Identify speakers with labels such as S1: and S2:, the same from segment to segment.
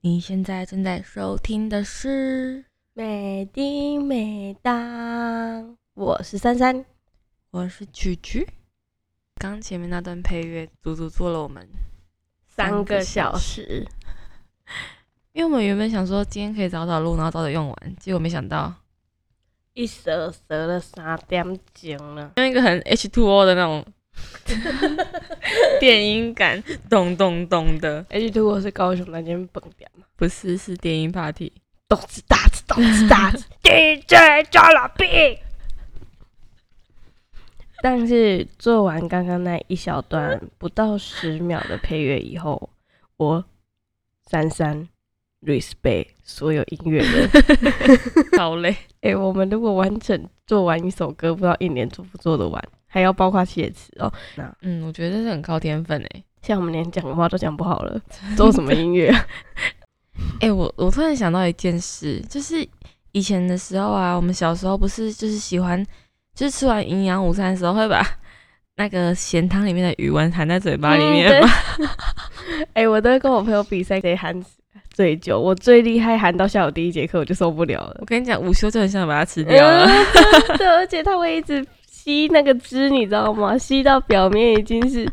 S1: 你现在正在收听的是《
S2: 美的美当》，我是珊珊，
S1: 我是曲曲》。刚前面那段配乐足足做了我们，
S2: 三
S1: 个
S2: 个小
S1: 小
S2: 时，
S1: 因为我们原本想说今天可以早早录，然后早早用完，结果没想到
S2: 一蛇蛇了三点钟了。
S1: 用一个很 H two O 的那 种电音感，咚咚咚的，
S2: H two 我是高雄那间蹦掉嘛，
S1: 不是是电音 party。
S2: 咚子大子咚子大 子，DJ 抓老兵。但是做完刚刚那一小段不到十秒的配乐以后，我珊珊 respect 所有音乐 人。
S1: 好累，
S2: 哎、我们如果完整做完一首歌，不知道一年做不做得完，还要包括写词哦。那
S1: 嗯，我觉得这是很靠天分欸诶。
S2: 像我们连讲的话都讲不好了，做什么音乐 啊？
S1: 诶，我我突然想到一件事，就是以前的时候啊，我们小时候不是就是喜欢，就是吃完营养午餐的时候会把 那个咸汤里面的鱼丸含在嘴
S2: 嗯
S1: 巴里面吗？
S2: 哎、我都会跟我朋友比赛谁喊最久，我最厉害喊到下午第一节课我就受不了了
S1: 我。跟你讲，午休就很想把它吃掉
S2: 嗯
S1: 了。
S2: 真的，而且它会一直吸那个汁，你知道吗？吸到表面已经是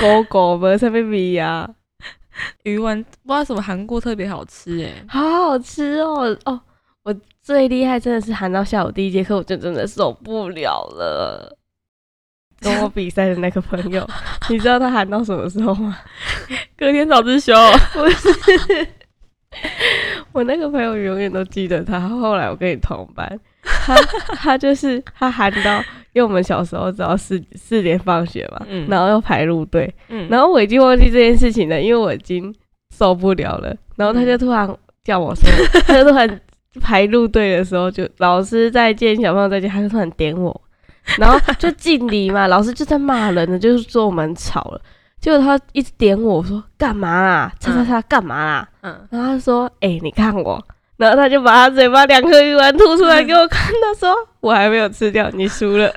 S2: 狗狗们上面比呀，
S1: 鱼丸不知道为什么韩国特别好吃诶。
S2: 好好吃哦哦！我最厉害真的是喊到下午第一节课，我就真的受不了了。跟我比赛的那个朋友，你知道他喊到什么时候吗？
S1: 隔天早自修，
S2: 哦我那个朋友永远都记得他。后来我跟你同班，他 他就是他喊到，因为我们小时候只要四四点放学嘛，
S1: 嗯
S2: 然后要排路队，
S1: 嗯，
S2: 然后我已经忘记这件事情了，因为我已经受不了了。然后他就突然叫我说，他就突然排路队的时候就老师再见，小朋友再见，他就突然点我，然后就敬礼嘛，老师就在骂人呢，就是说我们吵了。结果他一直点我，我说干嘛啦？叉叉叉干嘛啊啦？
S1: 嗯，
S2: 然后他说：“哎、你看我。”然后他就把他嘴巴两颗鱼丸吐出来给我看，他说：“我还没有吃掉，你 输了。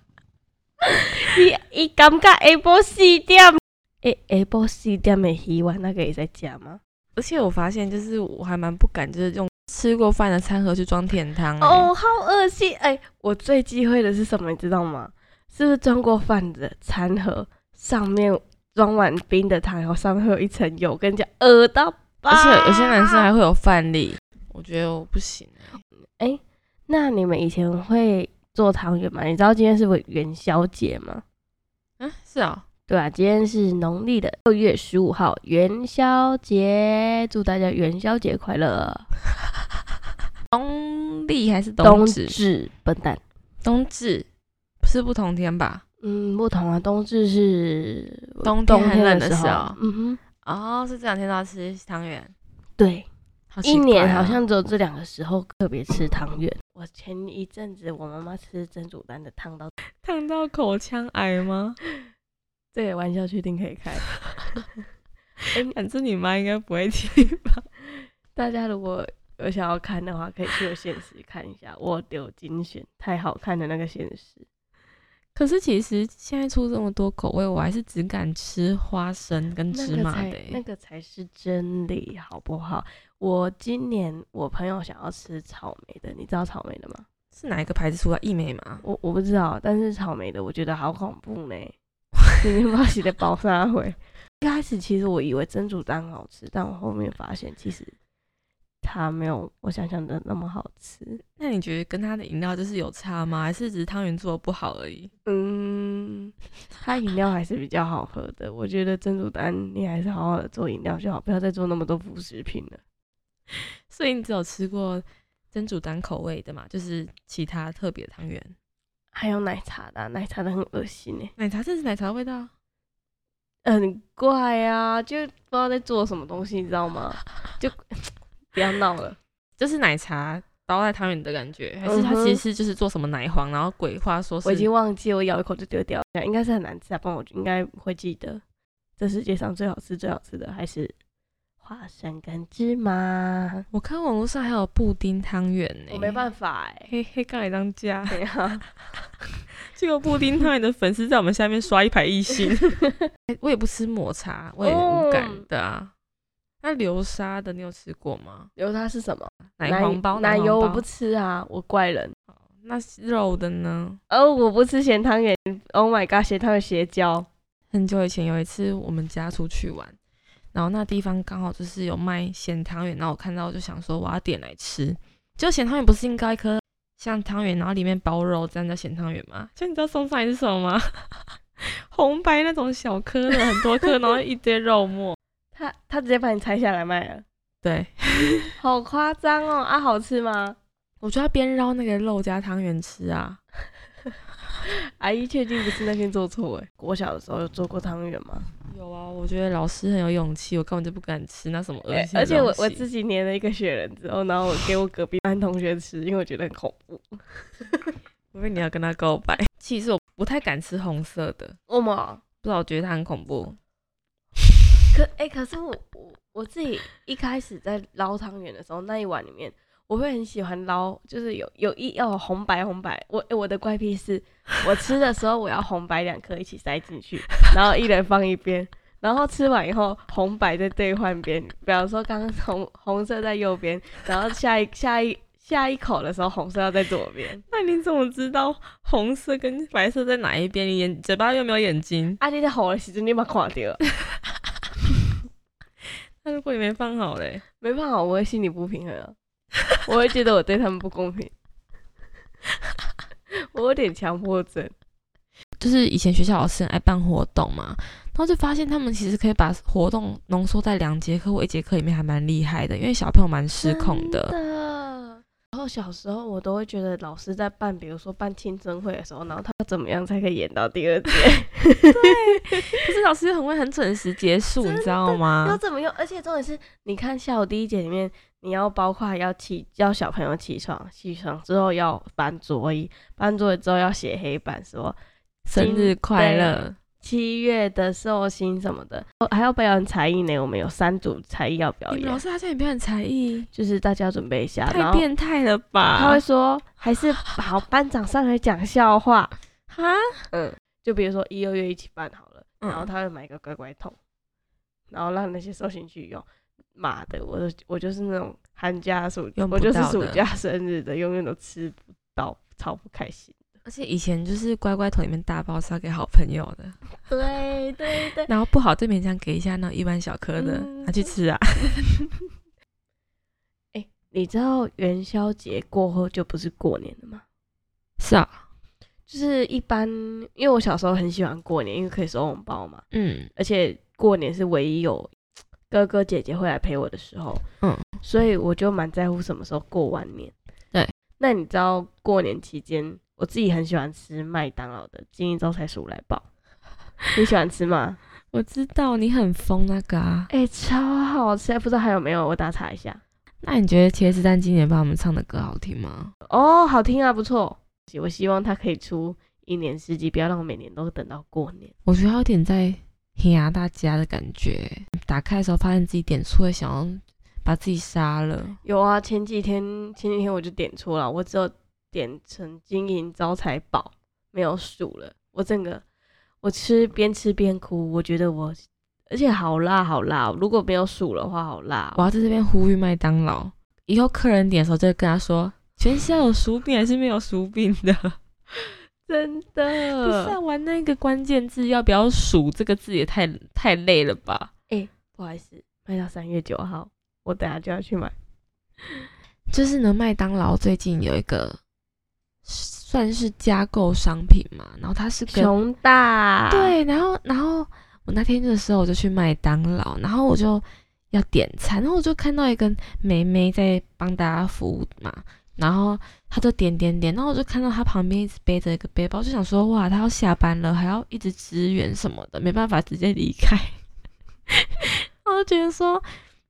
S2: 你”你感觉下晡四点，诶，下晡四点的鱼丸那个也在加吗？
S1: 而且我发现就是我还蛮不敢，就是用吃过饭的餐盒去装甜汤、欸。
S2: 哦，好恶心！哎、我最忌讳的是什么，你知道吗？是不是装过饭的餐盒上面装满冰的糖，然后上面会有一层油，跟你讲，恶到爆！
S1: 而且有些男生还会有饭粒，我觉得我不行、欸。
S2: 那你们以前会做汤圆吗？你知道今天是元宵节吗？
S1: 嗯、是啊、
S2: 对啊，今天是农历的二月十五号，元宵节，祝大家元宵节快乐！
S1: 东历还是
S2: 冬
S1: 东至？
S2: 至，笨蛋，
S1: 冬至不是不同天吧？
S2: 嗯，不同啊，冬至是
S1: 呃冬天
S2: 冬
S1: 很冷
S2: 天
S1: 的
S2: 时
S1: 时
S2: 候
S1: 候，
S2: 嗯哼，
S1: 哦，是这两天都要吃汤圆，
S2: 对，
S1: 好奇
S2: 一
S1: 怪
S2: 年
S1: 哦
S2: 好啊像只有这两个时候特别吃汤圆。我前一阵子我妈妈吃蒸煮蛋的汤到，
S1: 烫到口腔癌吗？
S2: 这个玩笑确定可以开。
S1: 反正你妈应该不会听吧？
S2: 大家如果有想要看的话，可以去我现实看一下，我有精选太好看的那个现实。
S1: 可是其实现在出这么多口味，我还是只敢吃花生跟芝
S2: 那个
S1: 麻的、
S2: 才
S1: 欸。
S2: 那个才是真理，好不好？我今年我朋友想要吃草莓的，你知道草莓的吗？
S1: 是哪一个牌子出来？益美吗？
S2: 我我不知道，但是草莓的我觉得好恐怖 呢。你不知道写的包 啥回？一开始其实我以为蒸煮蛋好吃，但我后面发现其实它没有我想象的那么好吃。
S1: 那你觉得跟它的饮料就是有差吗？还是只是汤圆做的不好而已？
S2: 嗯，它饮料还是比较好喝的。我觉得珍珠丹，你还是好好的做饮料就好，不要再做那么多副食品了。
S1: 所以你只有吃过蒸煮单口味的嘛？就是其他特别汤圆。
S2: 还有奶茶的啊、奶茶的很恶心哎、
S1: 奶茶这是奶茶的味道，啊
S2: 很怪啊，就不知道在做什么东西，你知道吗？就不要闹了。
S1: 就是奶茶包在汤圆的感觉，还是它
S2: 嗯哼
S1: 其实是就是做什么奶黄，然后鬼话说是
S2: 我已经忘记，我咬一口就丢掉了，应该是很难吃啊，不然我应该会记得。这世界上最好吃、最好吃的还是花生跟芝麻。
S1: 我看网络上还有布丁汤圆呢，
S2: 我没办法哎、
S1: 黑黑杠也当家，
S2: 对 啊，
S1: 结果布丁汤圆的粉丝在我们下哎
S2: 哦
S1: 面刷一排一星。我也不吃抹茶，我也无感的啊。那流沙的你有吃过吗？
S2: 流沙是什么？
S1: 奶黄包、
S2: 奶油我
S1: 黄包
S2: 不吃啊，我怪人。
S1: 那肉的呢？
S2: 哦，我不吃咸汤圆。Oh my god，咸汤圆邪教。
S1: 很久以前有一次我们家出去玩，然后那地方刚好就是有卖咸汤圆，然后我看到就想说我要点来吃。就咸汤圆不是应该一颗像汤圆，然后里面包肉，这样叫咸汤圆吗？就你知道松散是什么吗？ 红白那种小颗的，很多颗，然后一堆肉末。
S2: 他他直接把你拆下来卖了，
S1: 对，
S2: 好夸张哦！啊，好吃吗？
S1: 我就要边捞那个肉加汤圆吃啊。
S2: 阿姨确定不是那天做错哎。国小的时候有做过汤圆吗？
S1: 有啊，我觉得老师很有勇气，我根本就不敢吃那什么恶
S2: 哎
S1: 心的东西、
S2: 而且我我自己粘了一个雪人之后，然后我给我隔壁班同学吃，因为我觉得很恐怖。
S1: 我以为你要跟他告白。其实我不太敢吃红色的，
S2: 我嘛，
S1: 不知道我觉得它很恐 怖。
S2: 可哎、可是我我我自己一开始在捞汤圆的时候，那一碗里面，我会很喜欢捞，就是有有一要有红白红白。我、哎我的怪癖是，我吃的时候我要红白两颗一起塞进去，然后一人放一边，然后吃完以后红白再兑换边，比方说刚刚红红色在右边，然后下一下一下一口的时候红色要在左边。
S1: 那你怎么知道红色跟白色在哪一边？你眼嘴巴又没有眼睛？
S2: 啊，你在吼的时候你把垮掉，
S1: 那如果你没放好嘞，
S2: 没办法，我会心里不平衡啊， 我会觉得我对他们不公平， 我有点强迫症。
S1: 就是以前学校老师很爱办活动嘛，然后就发现他们其实可以把活动浓缩在两节课或一节课里面，还蛮厉害的，因为小朋友蛮失控的。
S2: 真的然后小时候我都会觉得老师在办，比如说办青春会的时候，然后他要怎么样才可以演到第二节？
S1: 可是老师很会很准时结束，
S2: 真
S1: 你
S2: 的
S1: 知道
S2: 要
S1: 吗？
S2: 怎么用？而且重点是，你看下午第一节里面，你要包括要起，要小朋友起床，起床之后要搬桌椅，搬桌椅之后要写黑板说
S1: 生日快
S2: 对
S1: 乐！
S2: 七月的寿星什么的，哦，还要表演才艺呢。我们有三组才艺要表
S1: 啊你们老
S2: 演，
S1: 师还叫你表演才艺，
S2: 就是大家准备一下。然
S1: 太
S2: 后
S1: 变态了吧？
S2: 他 会说，还是好班长上来讲笑话。
S1: 哈，
S2: 嗯，就比如说一、二月一起办好了，然后
S1: 嗯，
S2: 他会买一个乖乖桶，然后让那些寿星去用。妈的，我的我就是那种寒假暑，
S1: 用不
S2: 我就是
S1: 到
S2: 暑
S1: 的
S2: 假生日的，永远都吃不到，超不开心。
S1: 而且以前就是乖乖桶里面大包是要给好朋友的，
S2: 对对对，
S1: 然后不好就勉强给一下那种一般小颗的
S2: 嗯
S1: 拿去吃啊。
S2: 你知道元宵节过后就不是过年了吗？
S1: 是啊，
S2: 就是一般，因为我小时候很喜欢过年，因为可以收红包嘛，
S1: 嗯，
S2: 而且过年是唯一有哥哥姐姐会来陪我的时候，
S1: 嗯，
S2: 所以我就蛮在乎什么时候过完年。
S1: 对，
S2: 那你知道过年期间，我自己很喜欢吃麦当劳的今一招财鼠来宝，你喜欢吃 吗？
S1: 我知道你很疯那个啊。
S2: 哎、超好吃，不知道还有没有？我打查一下。
S1: 那你觉得茄子蛋今年帮我们唱的歌好听吗？
S2: 哦，好听啊，不错。我希望它可以出一年四季，不要让我每年都等到过年。
S1: 我觉得有点在黑牙大家的感觉。打开的时候发现自己点错了，想要把自己杀了。
S2: 有啊，前几天前几天我就点错了，我只有点成金银招财宝，没有数了。我整个我吃边吃边哭，我觉得我而且好辣好辣哦，如果没有数的话好辣
S1: 我
S2: 哦、
S1: 要在这边呼吁麦当劳，以后客人点的时候就跟他说：全家有薯饼还是没有薯饼的？
S2: 真
S1: 不是啊
S2: 的。
S1: 玩那个关键字要不要数这个字也太太累了吧？
S2: 不好意思，卖到三月九号，我等下就要去买。
S1: 就是呢，麦当劳最近有一个算是加购商品嘛，然后它是跟
S2: 熊大，，
S1: 对，然后然后我那天的时候我就去麦当劳，然后我就要点餐，然后我就看到一个妹妹在帮大家服务嘛，然后她就点点点，然后我就看到她旁边一直背着一个背包，就想说哇，她要下班了，还要一直支援什么的，没办法直接离开。 我就觉得说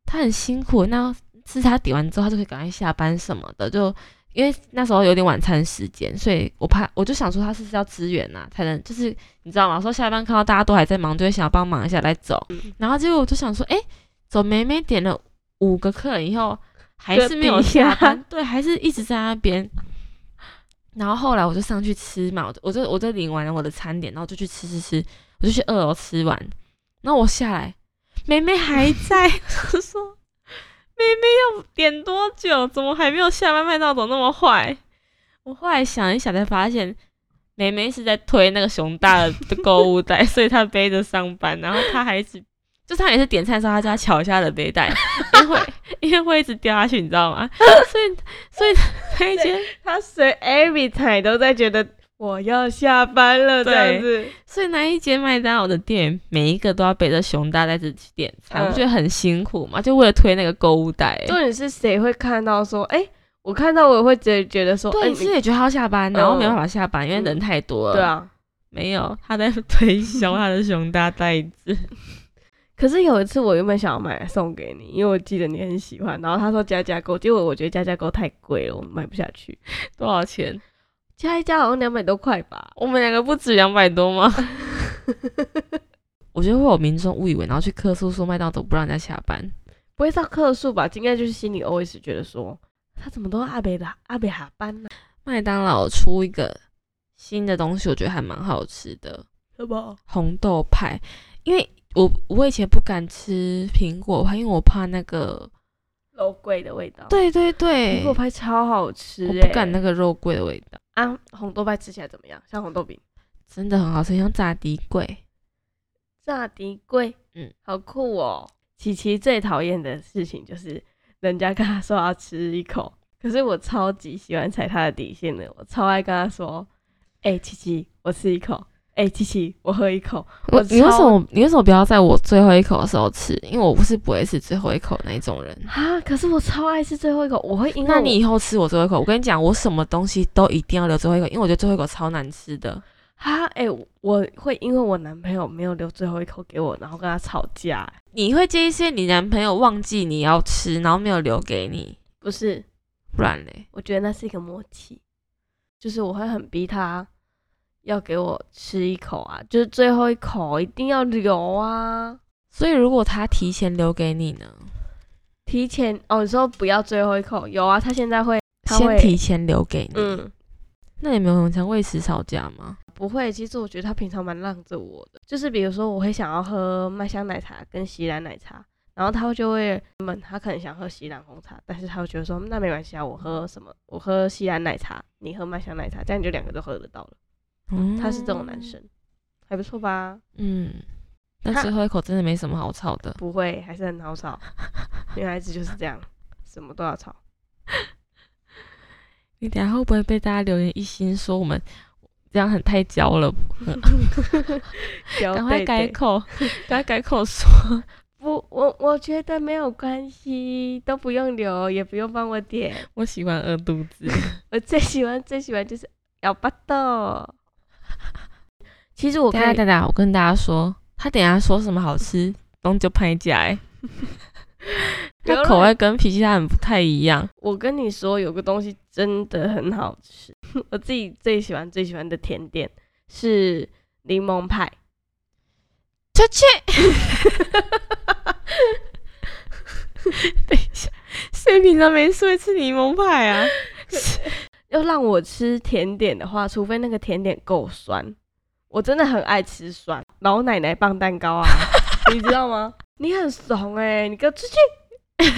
S1: 她很辛苦，那是她点完之后，她就可以赶快下班什么的，就因为那时候有点晚餐时间，所以我怕我就想说他是不是要支援呐、啊才能就是你知道吗？说下班看到大家都还在忙，就会想要帮忙一下来走。然后结果我就想说，哎、走梅梅点了五个客人以后，还是没有下班，对，还是一直在那边。然后后来我就上去吃嘛，我就我就我就领完了我的餐点，然后就去吃吃吃，我就去二楼吃完，然后我下来，妹妹还在， 我说妹妹要点多久？怎么还没有下班？麦当劳怎么那么坏？ 我后来想一想，才发现妹妹是在推那个熊大的 购物袋，所以她背着上班，然后她还一直，就她也是点菜的时候，她叫她瞧一下她的背 带，因为会因为会一直掉下去，你知道 吗？所以所以她一天，
S2: 他随 every time 都在觉得我要下班了这
S1: 对
S2: 样子，
S1: 所以那一间麦当劳的店员每一个都要背着熊大袋子去点菜，
S2: 嗯
S1: 我觉得很辛苦嘛，就为了推那个购物袋、欸
S2: 重点是谁会看到说，哎、我看到我会觉得觉得说，哎、
S1: 对，其实也觉得他要下班，然后
S2: 嗯
S1: 没办法下班，因为人太多了。
S2: 对，啊。
S1: 没有他在推销他的熊大袋子。
S2: 可是有一次我原本想要买来送给你，因为我记得你很喜欢，然后他说加价购，结果我觉得加价购太贵了，我买不下去，
S1: 多少钱？
S2: 加一加好像两百多块吧。
S1: 我们两个不止两百多吗？ 我觉得会有民众误以为，然后去客诉说麦当劳都不让人家下班。
S2: 不会到克数吧？应该就是心里 always 觉得说，他怎么都阿北的阿北下班呢、
S1: 麦当劳出一个新的东西，我觉得还蛮好吃的
S2: 什么？
S1: 红豆派，因为我我以前不敢吃苹果派，因为我怕那个。
S2: 肉桂的味道。，
S1: 对对对，
S2: 苹果派超好吃、
S1: 我
S2: 欸，
S1: 不敢那个肉桂的味道，
S2: 啊，红豆派吃起来怎么样？像红豆饼、
S1: 真的很好吃，像炸鸡贵。
S2: 炸敌贵，
S1: 嗯，
S2: 好酷哦。琪琪最讨厌的事情就是人家跟他说要吃一口， 可是我超级喜欢踩他的底线的，我超爱跟他说，哎、琪琪，我吃一口，哎、琪琪，我喝一口，
S1: 我
S2: 我
S1: 你为
S2: 超
S1: 什么你为什么不要在我最后一口的时候吃？因为我不是不会吃最后一口那一种人。
S2: 啊，可是我超爱吃最后一口，我会因为
S1: 那
S2: 我
S1: 你以后吃我最后一口，我跟你讲，我什么东西都一定要留最后一口，因为我觉得最后一口超难吃的。
S2: 啊，哎、我会因为我男朋友没有留最后一口给我，然后跟他吵架、哎
S1: 你会介意是因为你男朋友忘记你要吃，然后没有留给你，
S2: 不是，
S1: 不然嘞？
S2: 我觉得那是一个默契，就是我会很逼他要给我吃一口啊，就是最后一口一定要留啊。
S1: 所以如果他提前留给你呢？
S2: 提前哦，你说不要最后一口，有啊，他现在会，他
S1: 先
S2: 会，
S1: 提前留给你。
S2: 嗯，
S1: 那你们有很常为此吵架吗？
S2: 不会。其实我觉得他平常蛮让着我的，就是比如说我会想要喝麦香奶茶跟喜兰奶茶，然后他就会们他可能想喝喜兰红茶，但是他会觉得说那没关系啊，我喝什么，我喝喜兰奶茶，你喝麦香奶茶，这样你就两个都喝得到了。
S1: 嗯，
S2: 他是这种男。生，还不错吧？
S1: 嗯，那
S2: 他
S1: 最后一口真的没什么好吵的。
S2: 不会，还是很好吵。女孩子就是这样，什么都要吵。
S1: 你等一下会不会被大家留言一心说我们这样很太娇了？赶
S2: 赶
S1: 快改口， 赶快改口说。
S2: 不，我我觉得没有关系，都不用留，也不用帮我点。
S1: 我喜欢饿肚子。
S2: 我最喜欢最喜欢就是咬巴豆。其实我
S1: 等一下
S2: 看
S1: 等一下，我跟大家说，他等一下说什么好吃，东就拍假哎。
S2: 不要
S1: 他
S2: 乱
S1: 口味跟脾气他很不太一样。
S2: 我跟你说，有个东西真的很好吃， 我自己最喜欢最喜欢的甜点是柠檬派。
S1: 出去！ 等一下，谁平常没事会吃柠檬派 啊？
S2: 要让我吃甜点的话，除非那个甜点够酸，我真的很爱吃酸。老奶奶棒蛋 糕啊，你知道吗？你很怂哎、你给我出去！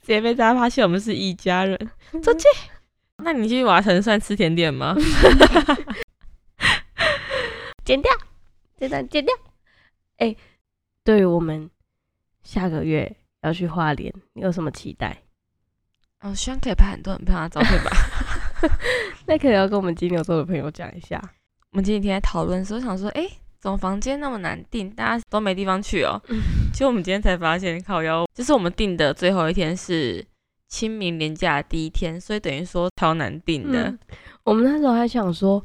S1: 直接被大家发现我们是一家人。出去！ 那你去瓦城算吃甜点吗？
S2: 剪掉，这段剪掉。哎、对于我们下个月要去花莲，你有什么期待？
S1: 哦，希望可以拍很多很漂亮的照片吧。
S2: 那可能要跟我们金牛座的朋友讲一下。
S1: 我们前几天在讨论的时候，想说，哎、怎么房间那么难订，大家都没地方去哦。结果我们今天才发现，靠腰，就是我们订的最后一天是清明连假的第一天，所以等于说超难订的。
S2: 嗯我们那时候还想说，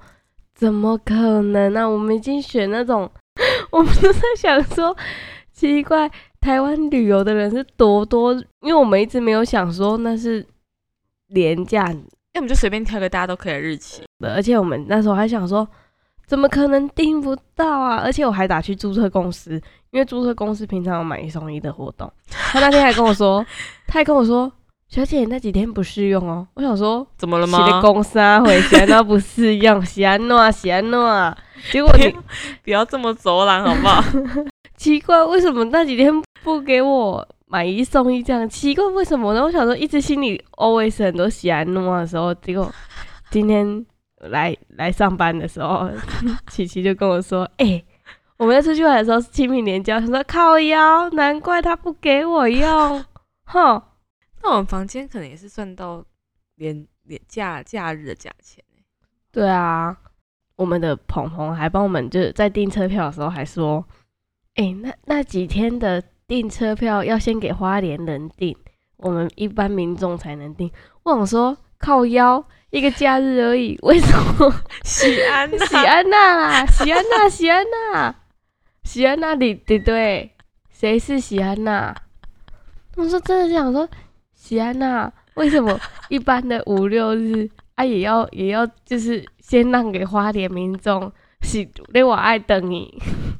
S2: 怎么可能呢、我们已经选那种， 我们都在想说，奇怪，台湾旅游的人是多多，因为我们一直没有想说那是廉价
S1: 要、我么就随便挑个大家都可以的日期。
S2: 的，而且我们那时候还想说，怎么可能订不到啊？而且我还打去注册公司，因为注册公司平常有买一送一的活动，他那天还跟我说，他还跟我说，小姐那几天不适用哦。”我想说，
S1: 怎么了
S2: 写的
S1: 吗？
S2: 公啊杀回写那不适用，写安诺写安诺。结果你
S1: 不要这么走懒好不好？
S2: 奇怪，为什么那几天不给我买一送一这样？奇怪，为什么呢？我想说，一直心里 always 很多喜安诺啊的时候，结果今天来来上班的时候，琪琪就跟我说：“哎、我们在出去玩的时候是清明年假，他说靠腰，难怪他不给我用，哼。”
S1: 那我们房间可能也是算到连连假假日的价钱。
S2: 对啊，我们的鹏鹏还帮我们就是在订车票的时候还说，哎、那那几天的订车票要先给花莲人订，我们一般民众才能订。我想说靠腰一个假日而已，为什么
S1: 喜安
S2: 喜安娜啦？喜安娜，喜安娜，喜安娜，你对对，谁是喜安娜？我说真的想说，喜安娜为什么一般的五六日啊也要 也要就是先让给花莲民众，是那我爱等你，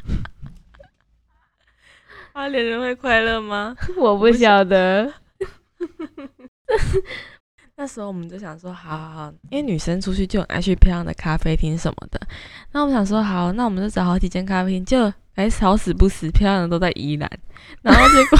S1: 花莲啊人会快乐吗？
S2: 我不
S1: 不
S2: 晓得，
S1: 那时候我们就想说，好好好，因为女生出去就很爱去漂亮的咖啡厅什么的。那我们想说，好，那我们就找好几间咖啡厅，就哎好死不死，漂亮的都在宜兰。然后结果，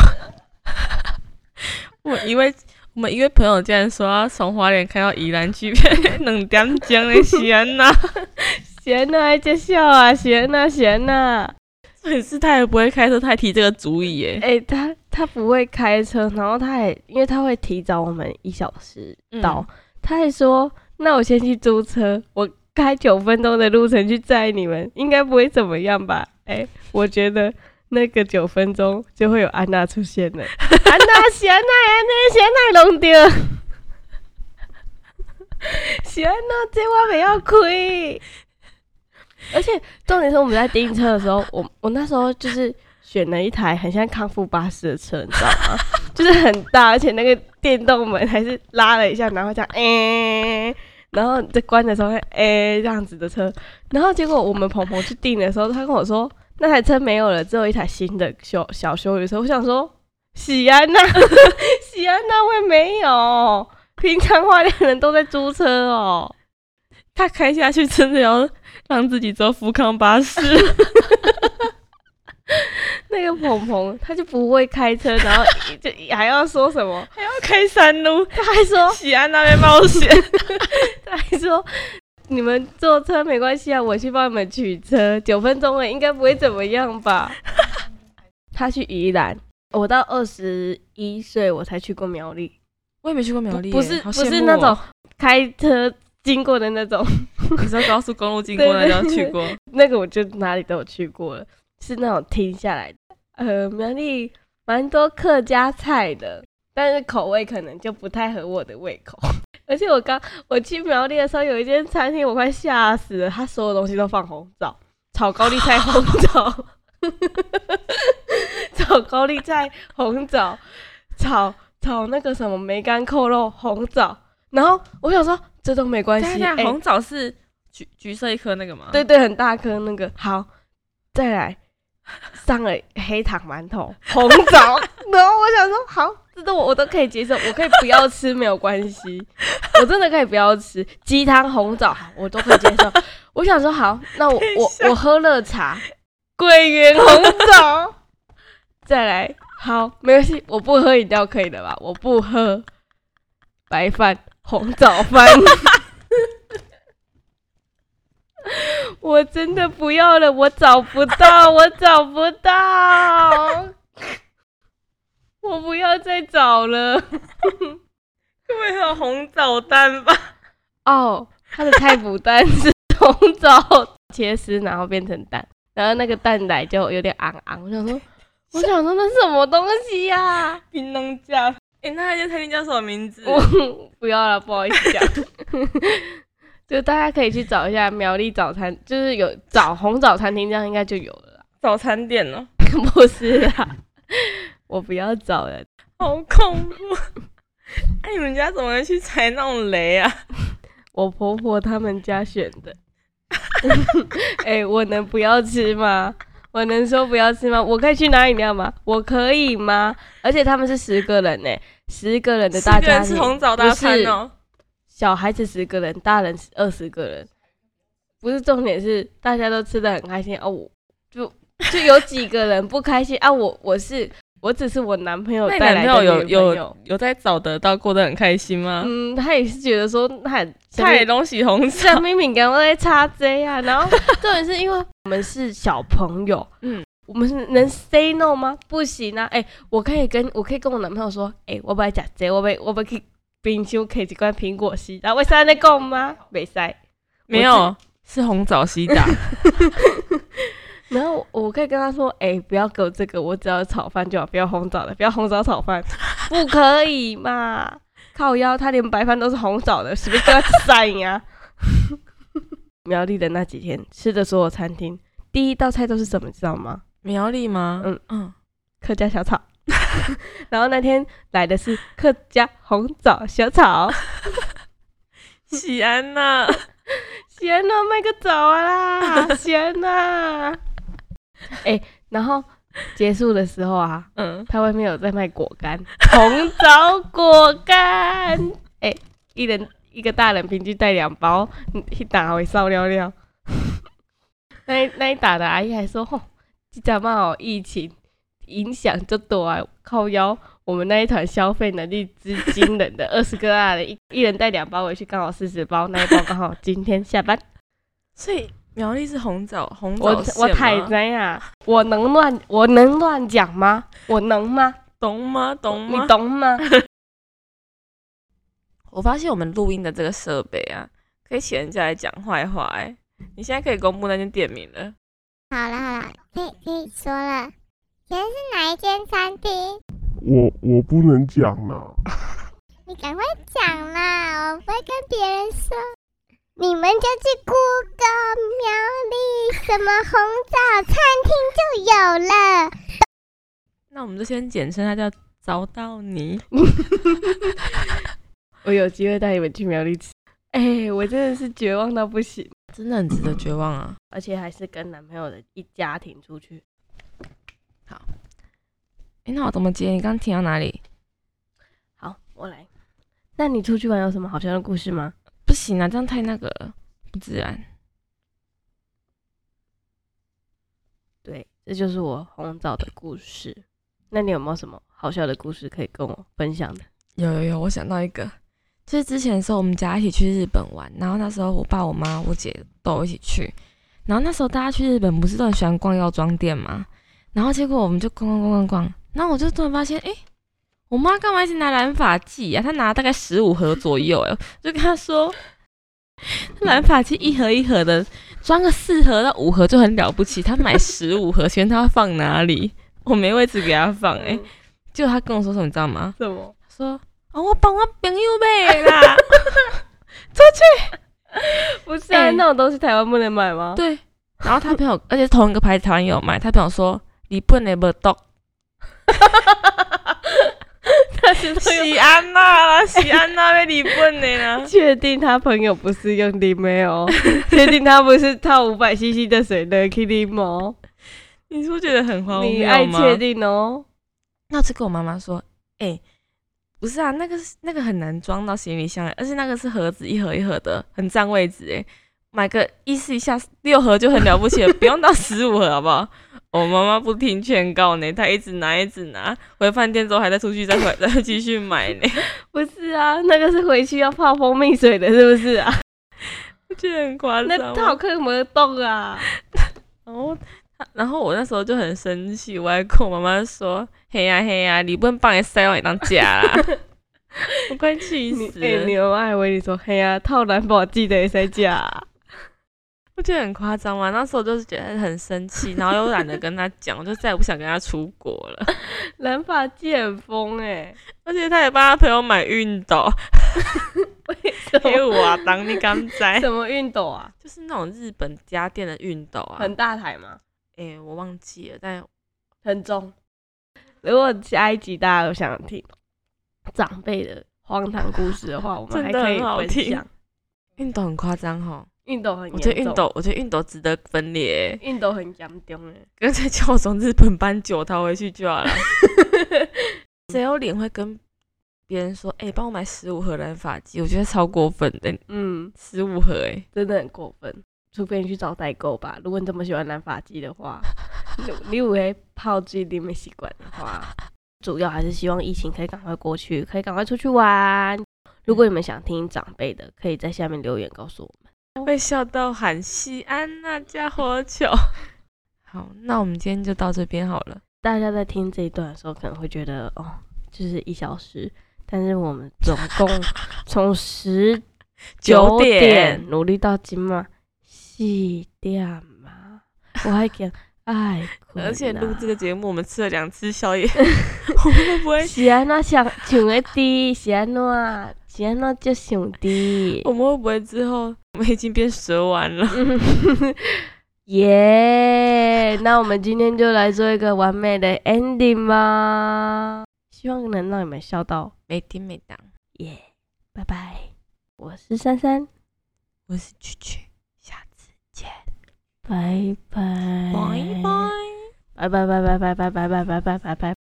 S1: 我一位我们一位朋友竟然说要从花莲开到宜兰去，两点钟的西安呐，
S2: 喜安娜还在笑啊，喜安娜，喜安娜。
S1: 所以是他也不会开车，他还提这个主意耶。
S2: 哎、他他不会开车，然后他也因为他会提早我们一小时到，他还说：“那我先去租车，我开九分钟的路程去载你们，应该不会怎么样吧？”哎、我觉得那个九分钟就会有安娜出现了。 安娜，喜安娜，安娜，喜安娜弄掉，喜安娜这我不要亏。 而且重点是我们在订车的时候，我我那时候就是选了一台很像康复巴士的车，你知道吗？就是很大，而且那个电动门还是拉了一下，然后这样，哎、然后在关的时候，哎、这样子的车。然后结果我们鹏鹏去订的时候，他跟我说那台车没有了，只有一台新的修小修理车。我想说，喜安娜， 喜安娜会没有？平常花莲人都在租车哦。
S1: 他开下去真的要让自己坐富康巴士。
S2: 那个鹏鹏他就不会开车，然后就还要说什么？
S1: 还要开山路，
S2: 他还说，
S1: 喜安那边冒险。
S2: 他还说，你们坐车没关系啊，我去帮你们取车，九分钟了，应该不会怎么 样吧？他去宜兰，我到二十一岁我才去过苗栗，
S1: 我也没去过苗栗耶，
S2: 不是
S1: 好
S2: 不
S1: 羡慕
S2: 是那
S1: 哦
S2: 种开车经过的那种，
S1: 你说高速公路经过那要去过，
S2: 那个我就哪里都有去过了，是那种停下来的。呃，苗栗蛮多客家菜的，但是口味可能就不太合我的胃口。 而且我刚我去苗栗的时候，有一间餐厅我快吓死了，它所有东西都放红枣，炒高丽菜红枣， 炒高丽菜红枣，炒炒那个什么梅干扣肉红枣。然后我想说，这都没关
S1: 等
S2: 系
S1: 一，下啊
S2: 哎
S1: 红枣是橘橘色一颗那个吗？
S2: 对，对，很大颗那个。好，再来上了黑糖馒头、红枣，然后我想说，好，这都我我都可以接受，我可以不要吃没有关系，我真的可以不要吃鸡汤、红枣，好，我都可以接受。我想说，好，那我
S1: 等一下
S2: 我我喝热茶，桂圆红枣，再来，好，没关系，我不喝饮料可以了吧？我不喝白饭、红枣饭。我真的不要了，我找不 到，我找不到，我不要再找了。
S1: 因为有红枣蛋吧？
S2: 哦，它的菜脯蛋是红枣切丝，然后变成蛋，然后那个蛋奶就有点昂昂。我想说， 我想说那什么东西呀、
S1: 槟榔架。哎、那那间餐厅叫什么名字？
S2: 我不要了，不好意思讲。 就大家可以去找一下苗栗早餐，就是有找红枣餐厅，这样应该就有了啦。
S1: 早餐店哦，
S2: 不是啦，我不要找了，
S1: 好恐怖！ 哎、你们家怎么会去踩那种雷啊？
S2: 我婆婆他们家选的。 哎、我能不要吃吗？我能说不要吃吗？我可以去拿饮料吗？我可以吗？而且他们是十个人呢、十个人的
S1: 四
S2: 大
S1: 个
S2: 家
S1: 人吃
S2: 庭，
S1: 红枣大餐哦、
S2: 小孩子十个人，大人二十个人，不是重点是大家都吃的很开心哦，我就就有几个人不开心啊，我我是我只是我男朋友
S1: 那你
S2: 带来
S1: 男
S2: 的
S1: 朋友有
S2: 女朋
S1: 有啊
S2: 友
S1: 有在找得到过得很开心吗？
S2: 嗯，他也是觉得说他很
S1: 他也拢喜红枣，
S2: 生命敏感， 我在插 J 啊，然后重点是因为我们是小朋友，
S1: 嗯
S2: 嗯，我们是能 say no 吗？不行啊，哎、我可以跟我可以跟我男朋友说，哎、我不要吃 J，我不要我不要去冰箱可以一罐苹果西达，为啥在讲吗？没塞。
S1: 没有是红枣西打，
S2: 然后我可以跟他说，哎、不要给我这个，我只要炒饭就好，不要红枣的，不要红枣炒饭，不可以嘛？靠腰，他连白饭都是红枣的，随便给他晒呀。啊 苗栗的那几天吃的所有餐厅，第一道菜都是什么，知道吗？
S1: 苗栗吗？嗯
S2: 嗯
S1: 嗯，
S2: 客家小炒。 然后那天来的是客家红枣小炒，
S1: 喜安呐、
S2: 天呐，卖个枣啊啦，天呐！哎、然后结束的时候啊，
S1: 嗯，
S2: 他外面有在卖果干，红枣果干。 哎、一人一个大人平均带两包，嗯一打会烧尿尿。 那一那一打的阿姨还说：“吼、这家嘛哦，疫情影响就多啊，靠腰。我们那一团消费能力之惊人的，二十个大人一一人带两包回去，刚好四十包，那一包刚好今天下班。
S1: 所以苗栗是红枣红
S2: 我
S1: 枣
S2: 我太
S1: 太
S2: 真呀，我能乱我能乱讲吗？我能吗？
S1: 懂吗？懂
S2: 你
S1: 吗？
S2: 懂吗？
S1: 我发现我们录音的这个设备啊，可以请人家来讲坏话哎、你现在可以公布那间店名了。
S3: 好了好了，可以可以说了，原来是哪一间餐厅？
S4: 我我不能讲啊啦。
S3: 你赶快讲啦，我不会跟别人说。你们就去 Google 苗栗什么红枣餐厅就有了。
S1: 那我们就先简称它叫“找到你
S2: 我有机会带你们去苗栗吃。哎、我真的是绝望到不行，”，
S1: 真的很值得绝望啊！
S2: 而且还是跟男朋友的一家庭出去。
S1: 哎、那我怎么接？你刚刚停到哪里？
S2: 好，我来。那你出去玩有什么好笑的故事吗？
S1: 不行啊，这样太那个了不自然。
S2: 对，这就是我红枣的故事。那你有没有什么好笑的故事可以跟我分享的？
S1: 有有有，我想到一个，就是之前的时候，我们家一起去日本玩，然后那时候我爸、我妈、我姐都有一起去，然后那时候大家去日本不是都很喜欢逛药妆店嘛，然后结果我们就逛逛逛逛逛，然后我就突然发现，哎、我妈干嘛一直拿染发剂啊？她拿大概十五盒左右、诶，哎，就跟她说，染发剂一盒一盒的装个四盒到五盒就很了不起，她买十五盒，请问她要放哪里？我没位置给她放、诶，哎，结果她跟我说什么，你知道吗？
S2: 嗯什么？
S1: 说哦，我帮我朋友买的 啦。
S2: 不是啊，
S1: 哎
S2: 那种东西台湾不能买吗？
S1: 对，然后他朋友，而且同一个牌子台湾也有卖，他朋友说你不能不懂，
S2: 但是啊都有
S1: 安娜啦，西安娜被你啊笨的啦
S2: 确定他朋友不是用 Limo，确定他不是套五百 CC 的水的 Limo，
S1: 你是不是觉得很荒
S2: 你
S1: 谬
S2: 爱
S1: 吗？
S2: 确定哦。
S1: 那我就跟我妈妈说，哎、不是啊，那个是那个很难装到行李箱欸，而且那个是盒子一盒一盒的，很占位置哎，买个意思一下六盒就很了不起了，不用到十五盒好不好？我妈妈不听劝告呢，她一直拿一直拿，回饭店之后还在出去再回再继续买呢，
S2: 不是啊，那个是回去要泡蜂蜜水的，是不是 啊？
S1: 我觉得很夸
S2: 那
S1: 张
S2: 套
S1: 啊。
S2: 克有没有动啊？
S1: 然后她然后我那时候就很生气，我还跟我妈妈说：“嘿呀、嘿呀、你不能把你塞到你当家啦！” 我快气
S2: 你
S1: 死了。
S2: 哎、你有爱维你说，嘿呀、啊，套蓝宝记得也在家、
S1: 不觉得很夸张吗？那时候就是觉得很生气，然后又懒得跟他讲，我就再也不想跟他出国了。
S2: 蓝发记很疯 哎、
S1: 而且他也帮他朋友买熨斗，
S2: 什
S1: 给
S2: 么
S1: 我啊，当你刚才
S2: 什么熨斗啊？
S1: 就是那种日本家电的熨斗啊。
S2: 很大台吗？
S1: 诶，我忘记了，但
S2: 很重。如果下一集大家有想听长辈的荒唐故事的话，我们还可以
S1: 真的很好
S2: 分
S1: 听
S2: 享。
S1: 熨斗很夸张哈。
S2: 熨斗很
S1: 我
S2: 严
S1: 觉
S2: 重，
S1: 得熨斗，我觉得熨斗值得分裂欸。
S2: 熨斗很严重哎。
S1: 干脆叫 我从日本搬九套回去就好了。谁有脸会跟别人说，哎、帮我买十五盒染发剂，我觉得超过分的，
S2: 嗯，
S1: 十五盒、哎，
S2: 真的很过分。除非你去找代购吧，如果你这么喜欢染发剂的话，你你有会泡自己里面习惯的话，主要还是希望疫情可以赶快过去，可以赶快出去玩。如果你们想听长辈的，可以在下面留言告诉我们。
S1: 被笑到喊西安那家伙酒。好，那我们今天就到这边好了。
S2: 大家在听这一段的时候，可能会觉得哦，就是一小时，但是我们总 共从十
S1: 九点
S2: 点努力到今嘛，四点嘛，我还讲哎，
S1: 而且录这个节目，我们吃了两次宵 夜，我们会不会，
S2: 是安那想想的低，是安那是安那就想低
S1: 我，们会不会之后我们已经变蛇丸了？
S2: 耶！那我们今天就来做一个完美的 ending 吧，希望能让你们笑到
S1: 没听没当，
S2: 耶拜拜，我是珊珊，
S1: 我是曲曲，下次见，
S2: 拜拜，
S1: 拜拜。
S2: 拜拜拜拜拜拜拜拜拜拜拜拜。